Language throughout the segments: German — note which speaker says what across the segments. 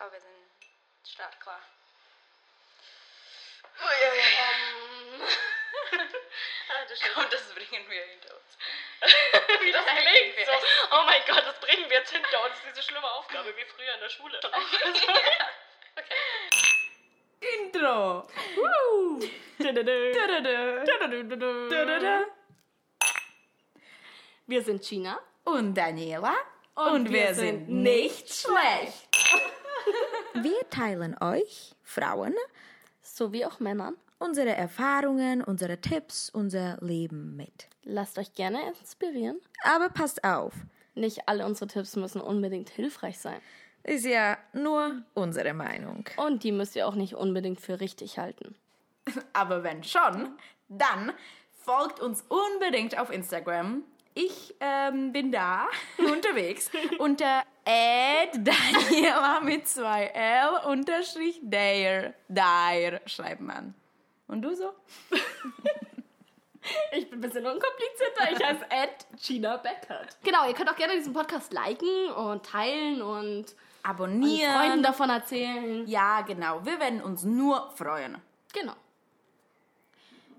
Speaker 1: aber dann stark klar.
Speaker 2: Uiuiui.
Speaker 1: Ähm. ah, das ist
Speaker 2: Und das bringen wir hinter uns.
Speaker 1: Wie
Speaker 2: das klingt
Speaker 1: so. Oh mein Gott, das bringen wir jetzt hinter uns, diese schlimme Aufgabe wie früher in der Schule.
Speaker 3: Intro. Woo. Dadada. Dadada.
Speaker 4: Wir sind China.
Speaker 3: Und Daniela.
Speaker 4: Und wir sind nicht
Speaker 3: schlecht.
Speaker 5: Wir teilen euch, Frauen,
Speaker 4: So wie auch Männern.
Speaker 5: unsere Erfahrungen, unsere Tipps, unser Leben mit.
Speaker 4: Lasst euch gerne inspirieren.
Speaker 5: Aber passt auf,
Speaker 4: Nicht alle unsere Tipps müssen unbedingt hilfreich sein.
Speaker 5: ist ja nur unsere Meinung.
Speaker 4: Und die müsst ihr auch nicht unbedingt für richtig halten.
Speaker 3: Aber wenn schon, dann folgt uns unbedingt auf Instagram. Ich ähm, bin da unterwegs unter Daniela mit zwei L unterstrich Dare. Dare schreibt man. Und du so?
Speaker 4: Ich bin ein bisschen unkomplizierter. Ich heiße Ed China Beckert. Genau, ihr könnt auch gerne diesen Podcast liken und teilen und
Speaker 3: Abonnieren.
Speaker 4: Freunden davon erzählen.
Speaker 3: Also Ja, genau. Wir werden uns nur freuen.
Speaker 4: Genau.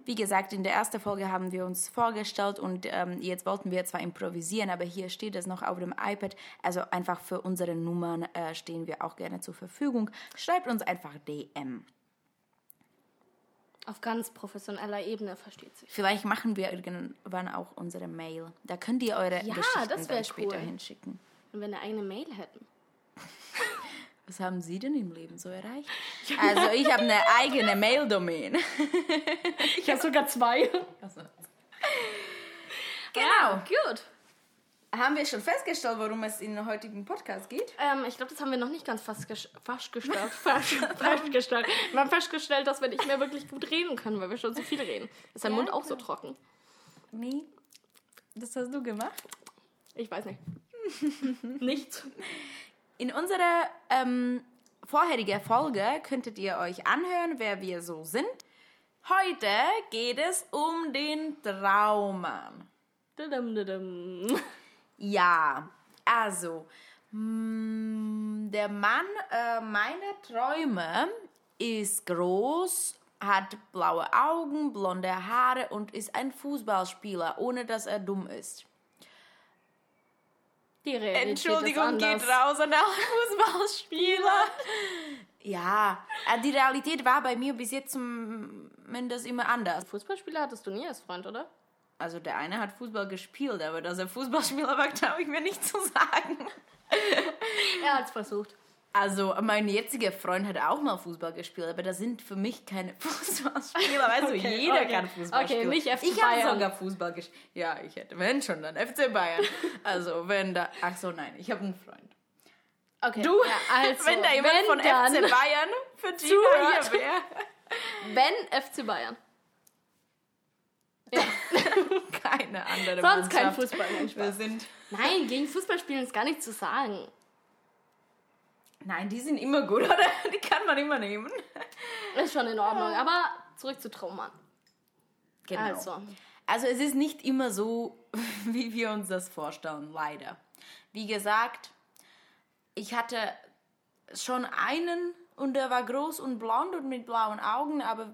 Speaker 3: Wie gesagt, in der ersten Folge haben wir uns vorgestellt und ähm, jetzt wollten wir zwar improvisieren, aber hier steht es noch auf dem iPad. Also einfach für unsere Nummern äh, stehen wir auch gerne zur Verfügung. Schreibt uns einfach DM.
Speaker 4: Auf ganz professioneller Ebene versteht sich.
Speaker 3: Vielleicht machen wir irgendwann auch unsere Mail. Da könnt ihr eure
Speaker 4: Ja,
Speaker 3: Geschichten
Speaker 4: das wär
Speaker 3: dann später
Speaker 4: cool.
Speaker 3: hinschicken.
Speaker 4: Wenn wir eine eigene Mail hätten.
Speaker 3: Was haben Sie denn im Leben so erreicht? Also ich habe eine eigene Mail-Domain.
Speaker 4: Ich habe sogar zwei.
Speaker 3: Genau.
Speaker 4: Gut.
Speaker 3: Haben wir schon festgestellt, worum es in heutigen Podcast geht?
Speaker 4: Ähm, ich glaube, das haben wir noch nicht ganz festgestellt. Festgestellt. Festgestellt. Wir haben festgestellt, dass wir nicht mehr wirklich gut reden können, weil wir schon so viel reden. Ist dein
Speaker 3: Ja,
Speaker 4: Mund auch so trocken?
Speaker 3: Nee. Das hast du gemacht?
Speaker 4: Ich weiß nicht. Nichts.
Speaker 3: In unserer ähm, vorherigen Folge könntet ihr euch anhören, wer wir so sind. Heute geht es um den Traum.
Speaker 4: Dudum, dudum.
Speaker 3: Ja, also mm, der Mann äh, meiner Träume ist groß, hat blaue Augen, blonde Haare und ist ein Fußballspieler, ohne dass er dumm ist.
Speaker 4: Die Realität
Speaker 3: Entschuldigung,
Speaker 4: ist
Speaker 3: geht
Speaker 4: anders.
Speaker 3: raus an alle Fußballspieler. Ja, äh, die Realität war bei mir bis jetzt zumindest immer anders.
Speaker 4: Fußballspieler hattest du nie als Freund, oder?
Speaker 3: Also der eine hat Fußball gespielt, aber dass er Fußballspieler war, glaube ich mir nicht zu sagen.
Speaker 4: Er hat's versucht.
Speaker 3: Also mein jetziger Freund hat auch mal Fußball gespielt, aber das sind für mich keine Fußballspieler. Also
Speaker 4: Okay,
Speaker 3: jeder
Speaker 4: okay.
Speaker 3: kann Fußball
Speaker 4: Okay,
Speaker 3: spielen.
Speaker 4: nicht FC
Speaker 3: ich habe
Speaker 4: Bayern.
Speaker 3: sogar Fußball gespielt. Ja, ich hätte, wenn schon, dann FC Bayern. Also wenn da, ach so, nein, ich habe einen Freund.
Speaker 4: Okay.
Speaker 3: Du,
Speaker 4: ja, also,
Speaker 3: wenn da jemand
Speaker 4: wenn
Speaker 3: von
Speaker 4: dann,
Speaker 3: FC Bayern für Gina hier
Speaker 4: zuhört.
Speaker 3: wäre.
Speaker 4: Wenn FC Bayern.
Speaker 3: Keine andere
Speaker 4: Sonst kein
Speaker 3: Mannschaft.
Speaker 4: Fußball. Nein,
Speaker 3: Wir
Speaker 4: Spaß.
Speaker 3: sind.
Speaker 4: Nein, gegen Fußballspielen ist gar nichts zu sagen.
Speaker 3: Nein, die sind immer gut, oder? Die kann man immer nehmen.
Speaker 4: Ist schon in Ordnung. Aber zurück zu Traumern.
Speaker 3: Genau. Also.
Speaker 4: Also,
Speaker 3: es ist nicht immer so, wie wir uns das vorstellen, leider. Wie gesagt, ich hatte schon einen und der war groß und blond und mit blauen Augen, aber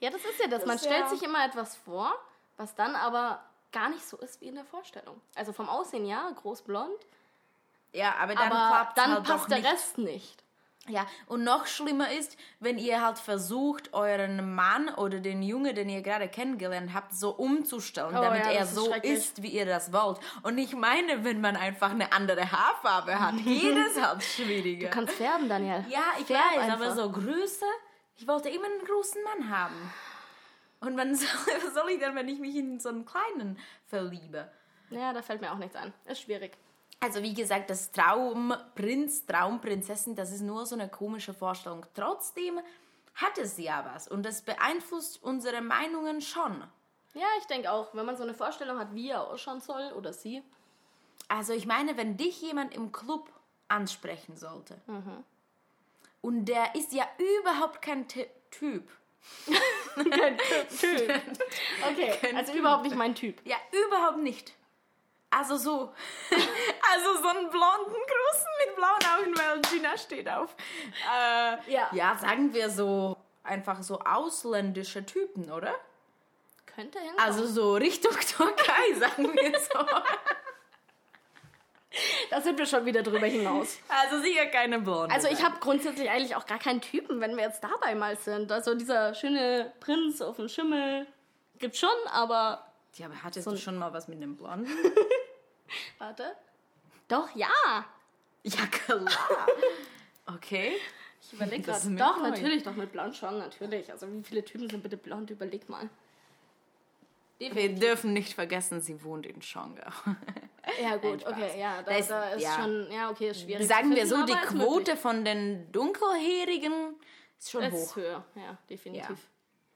Speaker 4: ja, das ist ja das. Man
Speaker 3: ist
Speaker 4: stellt
Speaker 3: ja-
Speaker 4: sich immer etwas vor, was dann aber gar nicht so ist wie in der Vorstellung. Also vom Aussehen ja, groß blond,
Speaker 3: ja, aber dann
Speaker 4: aber
Speaker 3: klappt
Speaker 4: dann
Speaker 3: halt
Speaker 4: passt
Speaker 3: doch
Speaker 4: der
Speaker 3: nicht.
Speaker 4: Rest nicht.
Speaker 3: Ja, und noch schlimmer ist, wenn ihr halt versucht, euren Mann oder den Junge, den ihr gerade kennengelernt habt, so umzustellen,
Speaker 4: Oh
Speaker 3: damit
Speaker 4: ja,
Speaker 3: er
Speaker 4: das ist
Speaker 3: so
Speaker 4: schrecklich.
Speaker 3: ist, wie ihr das wollt. Und ich meine, wenn man einfach eine andere Haarfarbe hat, geht es halt schwieriger.
Speaker 4: Du kannst färben, Daniel.
Speaker 3: ja, ich
Speaker 4: Färb
Speaker 3: weiß,
Speaker 4: einfach.
Speaker 3: aber so Größe, ich wollte immer einen großen Mann haben. Und wann soll, was soll ich denn, wenn ich mich in so einen kleinen verliebe?
Speaker 4: Ja, da fällt mir auch nichts ein. Ist schwierig.
Speaker 3: Also wie gesagt, das Traumprinz, Traumprinzessin, das ist nur so eine komische Vorstellung. Trotzdem hat es ja was und das beeinflusst unsere Meinungen schon.
Speaker 4: Ja, ich denke auch, wenn man so eine Vorstellung hat, wie er ausschauen soll oder sie.
Speaker 3: Also ich meine, wenn dich jemand im Club ansprechen sollte und der ist ja überhaupt kein Ty- Typ,
Speaker 4: Typ. Okay, also überhaupt nicht mein Typ.
Speaker 3: ja überhaupt nicht. Also so, also so einen blonden großen mit blauen Augen, weil Gina steht auf. Äh,
Speaker 4: Ja.
Speaker 3: ja, sagen wir so einfach so ausländische Typen, oder?
Speaker 4: Könnte hinkommen.
Speaker 3: Also so Richtung Türkei, sagen wir so.
Speaker 4: da sind wir schon wieder drüber hinaus.
Speaker 3: Also sicher keine Blonde.
Speaker 4: Also ich habe grundsätzlich eigentlich auch gar keinen Typen, wenn wir jetzt dabei mal sind. Also dieser schöne Prinz auf dem Schimmel gibt schon, aber
Speaker 3: ja, aber hattest du schon mal was mit einem Blonden?
Speaker 4: warte. Doch, ja.
Speaker 3: ja, klar. Okay.
Speaker 4: Ich überlege
Speaker 3: Das ist
Speaker 4: gerade.
Speaker 3: mir
Speaker 4: Doch,
Speaker 3: neu.
Speaker 4: natürlich, doch mit blond schon, natürlich. Also wie viele Typen sind bitte blond? Überleg mal.
Speaker 3: Wir dürfen nicht vergessen, sie wohnt in Schongau.
Speaker 4: Ja gut,
Speaker 3: Spaß.
Speaker 4: okay, ja, da,
Speaker 3: Da
Speaker 4: da
Speaker 3: ist-
Speaker 4: ist,
Speaker 3: ja.
Speaker 4: schon, ja okay, ist schwierig.
Speaker 3: Sagen
Speaker 4: zu
Speaker 3: wir
Speaker 4: finden,
Speaker 3: so, die
Speaker 4: aber ist
Speaker 3: Quote von den Dunkelhärigen ist schon
Speaker 4: möglich. ist
Speaker 3: hoch.
Speaker 4: höher, ja, definitiv.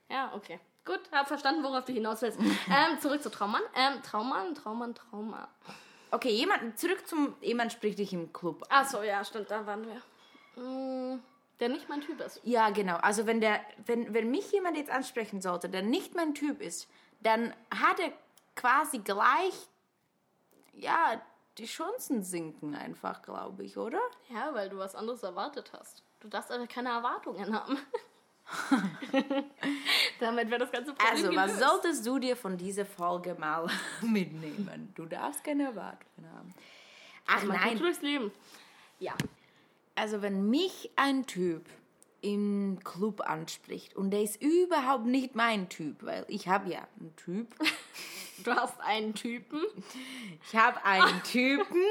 Speaker 4: Ja, okay. Gut, habe verstanden, worauf du hinaus willst. ähm, zurück zu Traummann. Ähm, Traummann, Traummann, Traummann.
Speaker 3: Okay, jemand, zurück zum, jemand spricht dich im Club
Speaker 4: Ach so, ja, stimmt, da waren wir. Mm, Der nicht mein Typ ist.
Speaker 3: Ja, genau. Also wenn der, wenn, wenn mich jemand jetzt ansprechen sollte, der nicht mein Typ ist, dann hat er quasi gleich, ja, die Chancen sinken einfach, glaube ich, oder?
Speaker 4: Ja, weil du was anderes erwartet hast. Du darfst aber keine Erwartungen haben. Damit wäre das ganze Problem
Speaker 3: Also, was
Speaker 4: gelöst.
Speaker 3: solltest du dir von dieser Folge mal mitnehmen? Du darfst keine Erwartungen haben. Ach
Speaker 4: Man kommt
Speaker 3: nein,
Speaker 4: durchs Leben. Ja.
Speaker 3: Also wenn mich ein Typ im Club anspricht und der ist überhaupt nicht mein Typ, weil ich habe ja einen Typ.
Speaker 4: Du hast einen Typen,
Speaker 3: Ich habe einen Typen.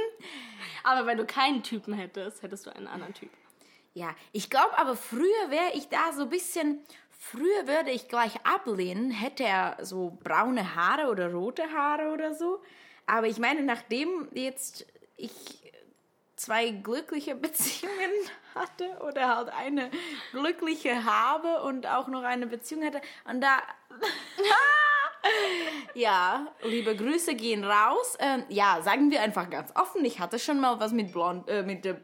Speaker 4: aber wenn du keinen Typen hättest, hättest du einen anderen Typ.
Speaker 3: Ja, ich glaube aber früher wäre ich da so ein bisschen, früher würde ich gleich ablehnen, hätte er so braune Haare oder rote Haare oder so. Aber ich meine, nachdem jetzt ich zwei glückliche Beziehungen hatte oder halt eine glückliche habe und auch noch eine Beziehung hatte und da ja, liebe Grüße gehen raus. Ähm, ja, sagen wir einfach ganz offen, ich hatte schon mal was mit blond äh, mit, der-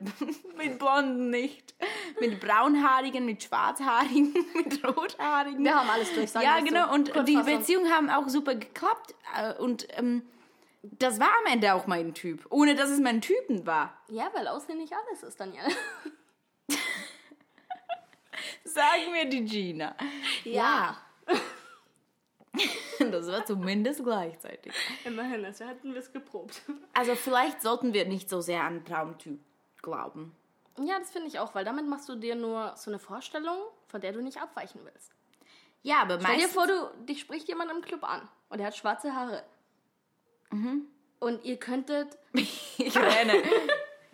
Speaker 3: mit blonden nicht, mit braunhaarigen, mit schwarzhaarigen, mit rothaarigen.
Speaker 4: Wir haben alles durch, sagen
Speaker 3: Ja,
Speaker 4: wir's so.
Speaker 3: genau und die
Speaker 4: Kurzfassung.
Speaker 3: Beziehungen haben auch super geklappt äh, und ähm, das war am Ende auch mein Typ, ohne dass es mein Typen war.
Speaker 4: Ja, weil Aussehen nicht alles ist, Daniel.
Speaker 3: Sagen wir die Gina.
Speaker 4: Ja.
Speaker 3: Das war zumindest gleichzeitig.
Speaker 4: Immerhin, also hatten wir es geprobt.
Speaker 3: Also vielleicht sollten wir nicht so sehr an Traumtyp glauben.
Speaker 4: Ja, das finde ich auch, weil damit machst du dir nur so eine Vorstellung, von der du nicht abweichen willst.
Speaker 3: Ja, aber
Speaker 4: Stell dir
Speaker 3: meistens...
Speaker 4: vor, du, dich spricht jemand im Club an und er hat schwarze Haare.
Speaker 3: Mhm.
Speaker 4: Und ihr könntet.
Speaker 3: ich renne.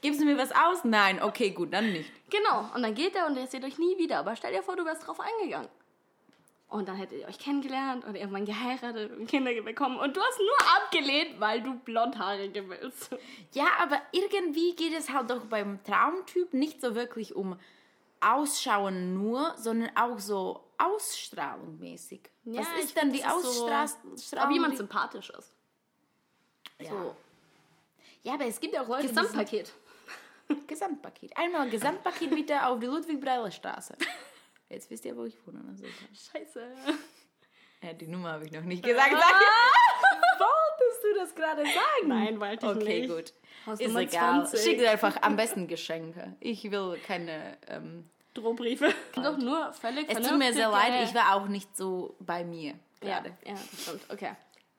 Speaker 3: Gibst du mir was aus? Nein, okay, gut, dann nicht.
Speaker 4: Genau, und dann geht er und ihr seht euch nie wieder. Aber stell dir vor, du wärst drauf eingegangen. Und dann hättet ihr euch kennengelernt und irgendwann geheiratet und Kinder bekommen. Und du hast nur abgelehnt, weil du blondhaarige willst.
Speaker 3: Ja, aber irgendwie geht es halt doch beim Traumtyp nicht so wirklich um Ausschauen nur, sondern auch so Ausstrahlung mäßig.
Speaker 4: Ja,
Speaker 3: was
Speaker 4: ich
Speaker 3: ist dann
Speaker 4: find,
Speaker 3: die
Speaker 4: das ist so-
Speaker 3: Ausstrahlung?
Speaker 4: Ob jemand sympathisch ist.
Speaker 3: ja.
Speaker 4: so-
Speaker 3: ja, aber es gibt auch Leute, die sind-
Speaker 4: Gesamtpaket.
Speaker 3: Gesamtpaket. Einmal Gesamtpaket bitte auf die Ludwig-Breiler Straße. Jetzt wisst ihr, wo ich wohne. Also,
Speaker 4: Scheiße.
Speaker 3: ja, die Nummer habe ich noch nicht gesagt. Sag ja. Wolltest du das gerade sagen?
Speaker 4: Nein, wollte ich
Speaker 3: okay,
Speaker 4: nicht.
Speaker 3: gut.
Speaker 4: Haus
Speaker 3: Ist
Speaker 4: Nummer
Speaker 3: egal.
Speaker 4: 20.
Speaker 3: Schickt einfach am besten Geschenke. Ich will keine. Ähm,
Speaker 4: Drohbriefe. Doch nur völlig
Speaker 3: es tut mir sehr leid, ich
Speaker 4: war.
Speaker 3: war auch nicht so bei mir
Speaker 4: Ja,
Speaker 3: gerade.
Speaker 4: ja, das stimmt. Okay.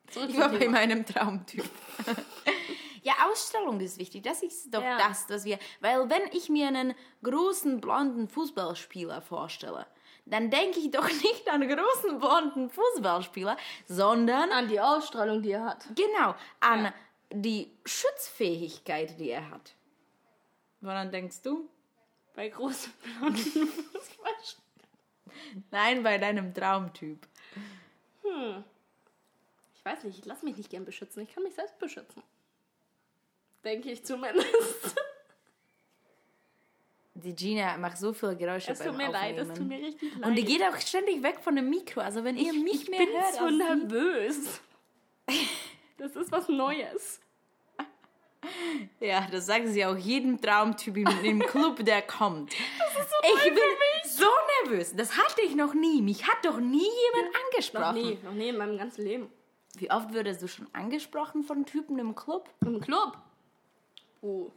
Speaker 4: Zurück
Speaker 3: Ich
Speaker 4: zum
Speaker 3: war bei
Speaker 4: Thema.
Speaker 3: meinem Traumtyp. ja, Ausstrahlung ist wichtig. Das ist doch
Speaker 4: Ja.
Speaker 3: das, was wir. Weil, wenn ich mir einen großen blonden Fußballspieler vorstelle, dann denke ich doch nicht an einen großen blonden Fußballspieler, sondern
Speaker 4: An die Ausstrahlung, die er hat.
Speaker 3: genau an die Schutzfähigkeit, die er hat. Woran denkst du?
Speaker 4: Bei großen blonden Fußballspielern.
Speaker 3: Nein, bei deinem Traumtyp.
Speaker 4: Ich weiß nicht, ich lasse mich nicht gern beschützen. Ich kann mich selbst beschützen. Denke ich zumindest.
Speaker 3: Die Gina macht so viele Geräusche
Speaker 4: Es
Speaker 3: beim
Speaker 4: tut mir
Speaker 3: Aufnehmen.
Speaker 4: leid, es tut mir richtig leid.
Speaker 3: Und die geht auch ständig weg von dem Mikro. Also wenn ihr mich mehr
Speaker 4: ich bin
Speaker 3: hört,
Speaker 4: so
Speaker 3: als sie-
Speaker 4: nervös. Das ist was Neues.
Speaker 3: ja, das sagen sie auch jedem Traumtyp im, im Club, der kommt. Das ist so ich bin so nervös. Das hatte ich noch nie. Mich hat doch nie jemand
Speaker 4: Noch
Speaker 3: angesprochen.
Speaker 4: nie, noch nie in meinem ganzen Leben.
Speaker 3: Wie oft würdest du schon angesprochen von Typen im Club?
Speaker 4: Im Club. Oh.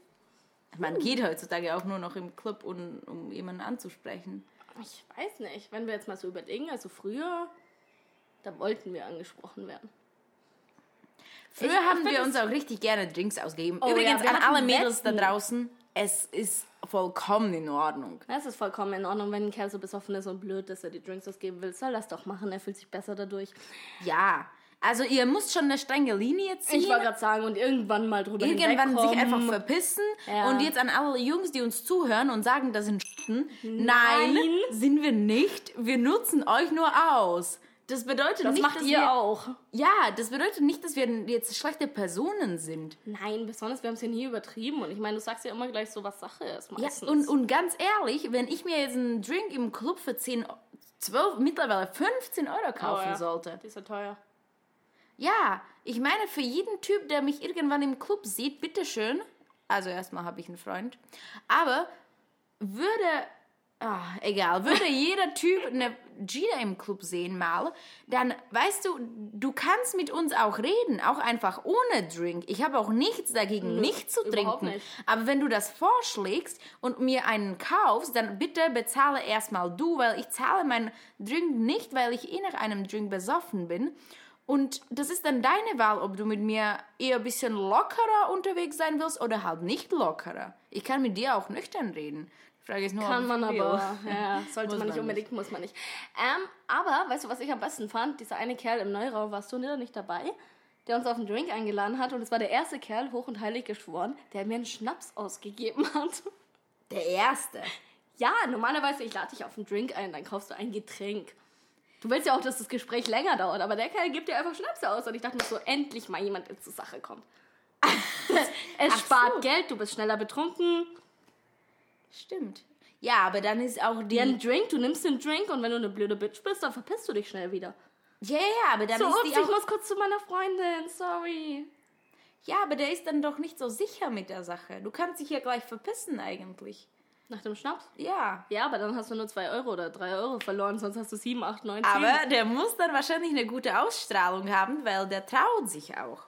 Speaker 3: Man geht heutzutage auch nur noch im Club, um, um jemanden anzusprechen.
Speaker 4: Ich weiß nicht, wenn wir jetzt mal so überlegen, also früher, da wollten wir angesprochen werden.
Speaker 3: Früher
Speaker 4: Ich- ich
Speaker 3: haben
Speaker 4: find
Speaker 3: wir
Speaker 4: es-
Speaker 3: uns auch richtig gerne Drinks ausgegeben.
Speaker 4: Oh ja,
Speaker 3: Übrigens
Speaker 4: wir
Speaker 3: an
Speaker 4: hatten
Speaker 3: alle Mädels da
Speaker 4: Wetten.
Speaker 3: draußen, es ist vollkommen in Ordnung.
Speaker 4: Das ist vollkommen in Ordnung, wenn ein Kerl so besoffen ist und blöd, dass er die Drinks ausgeben will. Soll das doch machen, er fühlt sich besser dadurch.
Speaker 3: Ja, also ihr müsst schon eine strenge Linie ziehen.
Speaker 4: Ich wollte gerade sagen, und irgendwann mal drüber
Speaker 3: irgendwann sich einfach
Speaker 4: hinwegkommen.
Speaker 3: verpissen
Speaker 4: Ja.
Speaker 3: und jetzt an alle Jungs, die uns zuhören und sagen, das sind Schitten. Nein,
Speaker 4: Nein.
Speaker 3: sind wir nicht. Wir nutzen euch nur aus. Das bedeutet
Speaker 4: Das
Speaker 3: nicht,
Speaker 4: macht
Speaker 3: dass
Speaker 4: ihr
Speaker 3: wir,
Speaker 4: auch.
Speaker 3: Ja, das bedeutet nicht, dass wir jetzt schlechte Personen sind.
Speaker 4: Nein, besonders, wir haben es ja nie übertrieben. Und ich meine, du sagst ja immer gleich so, was Sache ist
Speaker 3: Ja,
Speaker 4: meistens.
Speaker 3: und, und ganz ehrlich, wenn ich mir jetzt einen Drink im Club für 10, 12, mittlerweile 15 Euro kaufen
Speaker 4: Oh ja.
Speaker 3: sollte.
Speaker 4: Die ist ja teuer.
Speaker 3: Ja, ich meine, für jeden Typ, der mich irgendwann im Club sieht, bitteschön. Also erstmal habe ich einen Freund. Aber würde, ah, egal, würde jeder Typ eine Gina im Club sehen mal, dann weißt du, du kannst mit uns auch reden, auch einfach ohne Drink. Ich habe auch nichts dagegen, nicht zu
Speaker 4: überhaupt
Speaker 3: trinken.
Speaker 4: nicht.
Speaker 3: Aber wenn du das vorschlägst und mir einen kaufst, dann bitte bezahle erstmal du, weil ich zahle meinen Drink nicht, weil ich eh nach einem Drink besoffen bin. Und das ist dann deine Wahl, ob du mit mir eher ein bisschen lockerer unterwegs sein willst oder halt nicht lockerer. Ich kann mit dir auch nüchtern reden. Die Frage ist nur, ob
Speaker 4: Kann
Speaker 3: ich
Speaker 4: man
Speaker 3: will.
Speaker 4: aber. Ja, sollte
Speaker 3: Muss
Speaker 4: man nicht
Speaker 3: man
Speaker 4: unbedingt, muss man nicht. Ähm, aber, weißt du, was ich am besten fand? Dieser eine Kerl im Neuraum, warst du nicht, nicht dabei? Der uns auf einen Drink eingeladen hat. Und es war der erste Kerl, hoch und heilig geschworen, der mir einen Schnaps ausgegeben hat.
Speaker 3: Der erste.
Speaker 4: Ja, normalerweise, ich lade dich auf einen Drink ein, dann kaufst du ein Getränk. Du willst ja auch, dass das Gespräch länger dauert, aber der Kerl gibt dir einfach Schnaps aus. Und ich dachte mir so, endlich mal jemand, der zur Sache kommt. es spart Geld, du bist schneller betrunken.
Speaker 3: Stimmt. Ja, aber dann ist auch die.
Speaker 4: Ja,
Speaker 3: Ja,
Speaker 4: einen Drink, du nimmst den Drink und wenn du eine blöde Bitch bist, dann verpisst du dich schnell wieder.
Speaker 3: ja, aber dann
Speaker 4: So,
Speaker 3: ist
Speaker 4: ups,
Speaker 3: die
Speaker 4: ich
Speaker 3: auch.
Speaker 4: muss kurz zu meiner Freundin, sorry.
Speaker 3: Ja, aber der ist dann doch nicht so sicher mit der Sache. Du kannst dich ja gleich verpissen eigentlich.
Speaker 4: Nach dem Schnaps?
Speaker 3: Ja.
Speaker 4: Ja, aber dann hast du nur 2 Euro oder 3 Euro verloren, sonst hast du 7, 8, 9, 10.
Speaker 3: Aber der muss dann wahrscheinlich eine gute Ausstrahlung haben, weil der traut sich auch.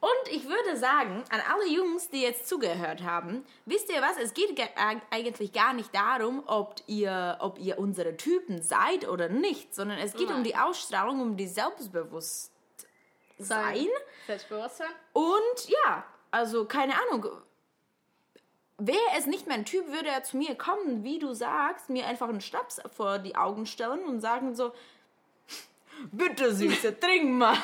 Speaker 3: Und ich würde sagen, an alle Jungs, die jetzt zugehört haben, wisst ihr was, es geht ge- äh, eigentlich gar nicht darum, ob ihr, ob ihr unsere Typen seid oder nicht, sondern es geht um
Speaker 4: Nein.
Speaker 3: die Ausstrahlung, um die Selbstbewusstsein.
Speaker 4: Selbstbewusstsein?
Speaker 3: Und ja, also keine Ahnung. Wäre es nicht mein Typ, würde er zu mir kommen, wie du sagst, mir einfach einen Schnaps vor die Augen stellen und sagen so, bitte Süße, trink mal.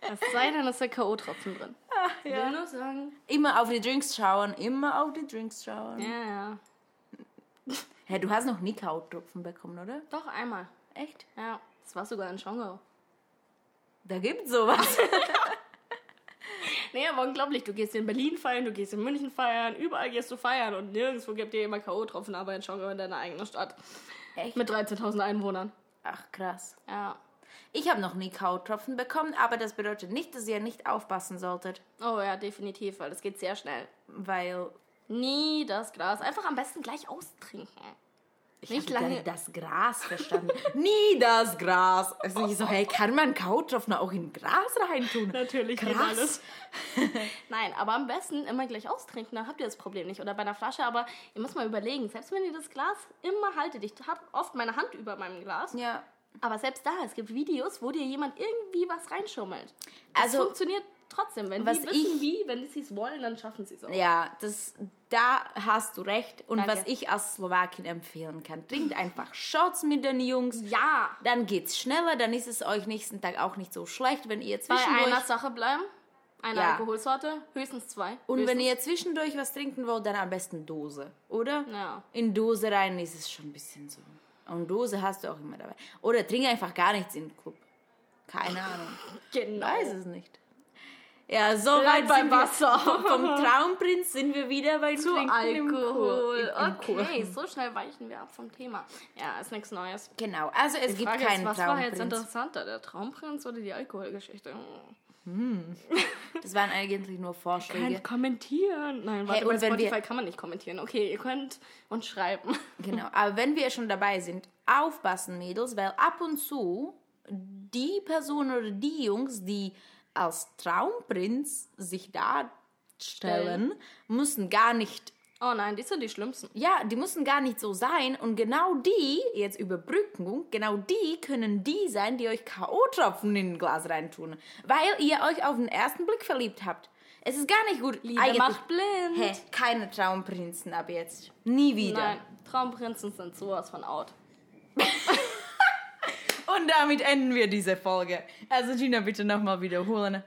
Speaker 4: Es sei denn, ist der K.O.-Tropfen drin. Ach, ja. will nur sagen.
Speaker 3: Immer auf die Drinks schauen, immer auf die Drinks schauen.
Speaker 4: Ja, ja.
Speaker 3: Hä, du hast noch nie Kautropfen bekommen, oder?
Speaker 4: Doch, einmal.
Speaker 3: Echt?
Speaker 4: Ja. Das war sogar in Schongau.
Speaker 3: Da gibt's sowas.
Speaker 4: Nee, aber unglaublich. Du gehst in Berlin feiern, du gehst in München feiern, überall gehst du feiern und nirgendwo gibt dir jemand K.O.-Tropfen, aber in Schongau in deiner eigenen Stadt.
Speaker 3: Echt?
Speaker 4: Mit 13.000 Einwohnern.
Speaker 3: Ach, krass.
Speaker 4: Ja.
Speaker 3: Ich habe noch nie Kautropfen bekommen, aber das bedeutet nicht, dass ihr nicht aufpassen solltet,
Speaker 4: Oh ja, definitiv, weil das geht sehr schnell.
Speaker 3: weil
Speaker 4: Nie das Glas. Einfach am besten gleich austrinken.
Speaker 3: Ich
Speaker 4: Nicht
Speaker 3: nicht lange
Speaker 4: lange-
Speaker 3: das Gras verstanden. Nie das Gras. Also ich so, hey, kann man Kautropfner auch in Gras reintun?
Speaker 4: Natürlich,
Speaker 3: Krass.
Speaker 4: alles. Nein, aber am besten immer gleich austrinken, dann habt ihr das Problem nicht. Oder bei einer Flasche, aber ihr müsst mal überlegen, selbst wenn ihr das Glas immer haltet, ich habe oft meine Hand über meinem Glas,
Speaker 3: Ja.
Speaker 4: aber selbst da, es gibt Videos, wo dir jemand irgendwie was reinschummelt. Das also,
Speaker 3: Also,
Speaker 4: funktioniert trotzdem. Wenn
Speaker 3: was
Speaker 4: die wissen,
Speaker 3: ich-
Speaker 4: wie, wenn sie es wollen, dann schaffen sie es auch.
Speaker 3: ja, das, da hast du recht. Und
Speaker 4: Danke.
Speaker 3: was ich als Slowakin empfehlen kann, trinkt einfach Shots mit den Jungs.
Speaker 4: Ja,
Speaker 3: Dann geht's schneller, dann ist es euch nächsten Tag auch nicht so schlecht, wenn ihr
Speaker 4: bei
Speaker 3: zwischendurch...
Speaker 4: einer Sache bleiben, einer
Speaker 3: Ja.
Speaker 4: Alkoholsorte, höchstens zwei.
Speaker 3: und wenn
Speaker 4: höchstens.
Speaker 3: ihr zwischendurch was trinken wollt, dann am besten Dose, oder?
Speaker 4: Ja.
Speaker 3: In Dose rein ist es schon ein bisschen so. Und Dose hast du auch immer dabei. Oder trink einfach gar nichts in den Club. Keine Ahnung.
Speaker 4: Genau.
Speaker 3: Weiß es nicht. Ja, so weit
Speaker 4: Bleib beim
Speaker 3: sind wir-
Speaker 4: Wasser.
Speaker 3: Vom Traumprinz sind wir wieder bei
Speaker 4: Zu
Speaker 3: Trinken im Chor-
Speaker 4: Alkohol.
Speaker 3: im- im Chor.
Speaker 4: Okay, so schnell weichen wir ab vom Thema. Ja, ist nichts Neues.
Speaker 3: Genau, also es gibt
Speaker 4: Frage
Speaker 3: keinen
Speaker 4: ist, was war jetzt
Speaker 3: Traumprinz.
Speaker 4: interessanter, der Traumprinz oder die Alkoholgeschichte? Hm,
Speaker 3: Das waren eigentlich nur Vorschläge.
Speaker 4: kommentieren. Nein, warte,
Speaker 3: Hey, und
Speaker 4: bei
Speaker 3: wenn wir-
Speaker 4: Spotify kann man nicht kommentieren. Okay, ihr könnt uns schreiben.
Speaker 3: Genau, aber wenn wir schon dabei sind, aufpassen, Mädels, weil ab und zu die Personen oder die Jungs, die als Traumprinz sich darstellen, müssen gar nicht
Speaker 4: Oh nein, die sind die schlimmsten.
Speaker 3: Ja, die müssen gar nicht so sein. Und genau die, jetzt Überbrückung, genau die können die sein, die euch K.O.-Tropfen in ein Glas reintun. Weil ihr euch auf den ersten Blick verliebt habt. Es ist gar nicht gut.
Speaker 4: Liebe
Speaker 3: Eigentlich-
Speaker 4: macht blind.
Speaker 3: Hä, keine Traumprinzen ab jetzt. Nie wieder.
Speaker 4: Nein, Traumprinzen sind sowas von out.
Speaker 3: Und damit enden wir diese Folge. Also Gina, bitte nochmal wiederholen.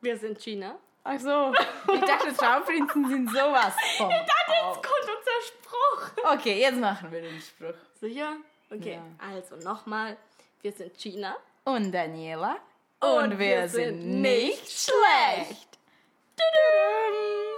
Speaker 4: Wir sind China.
Speaker 3: Ach so. Ich dachte, Traumprinzen sind sowas. Vom
Speaker 4: Jetzt kommt unser Spruch.
Speaker 3: okay, jetzt machen wir den Spruch.
Speaker 4: Sicher? Okay,
Speaker 3: Ja.
Speaker 4: also nochmal. Wir sind China.
Speaker 3: Und Daniela.
Speaker 4: Und wir sind nicht schlecht.
Speaker 3: Tudum.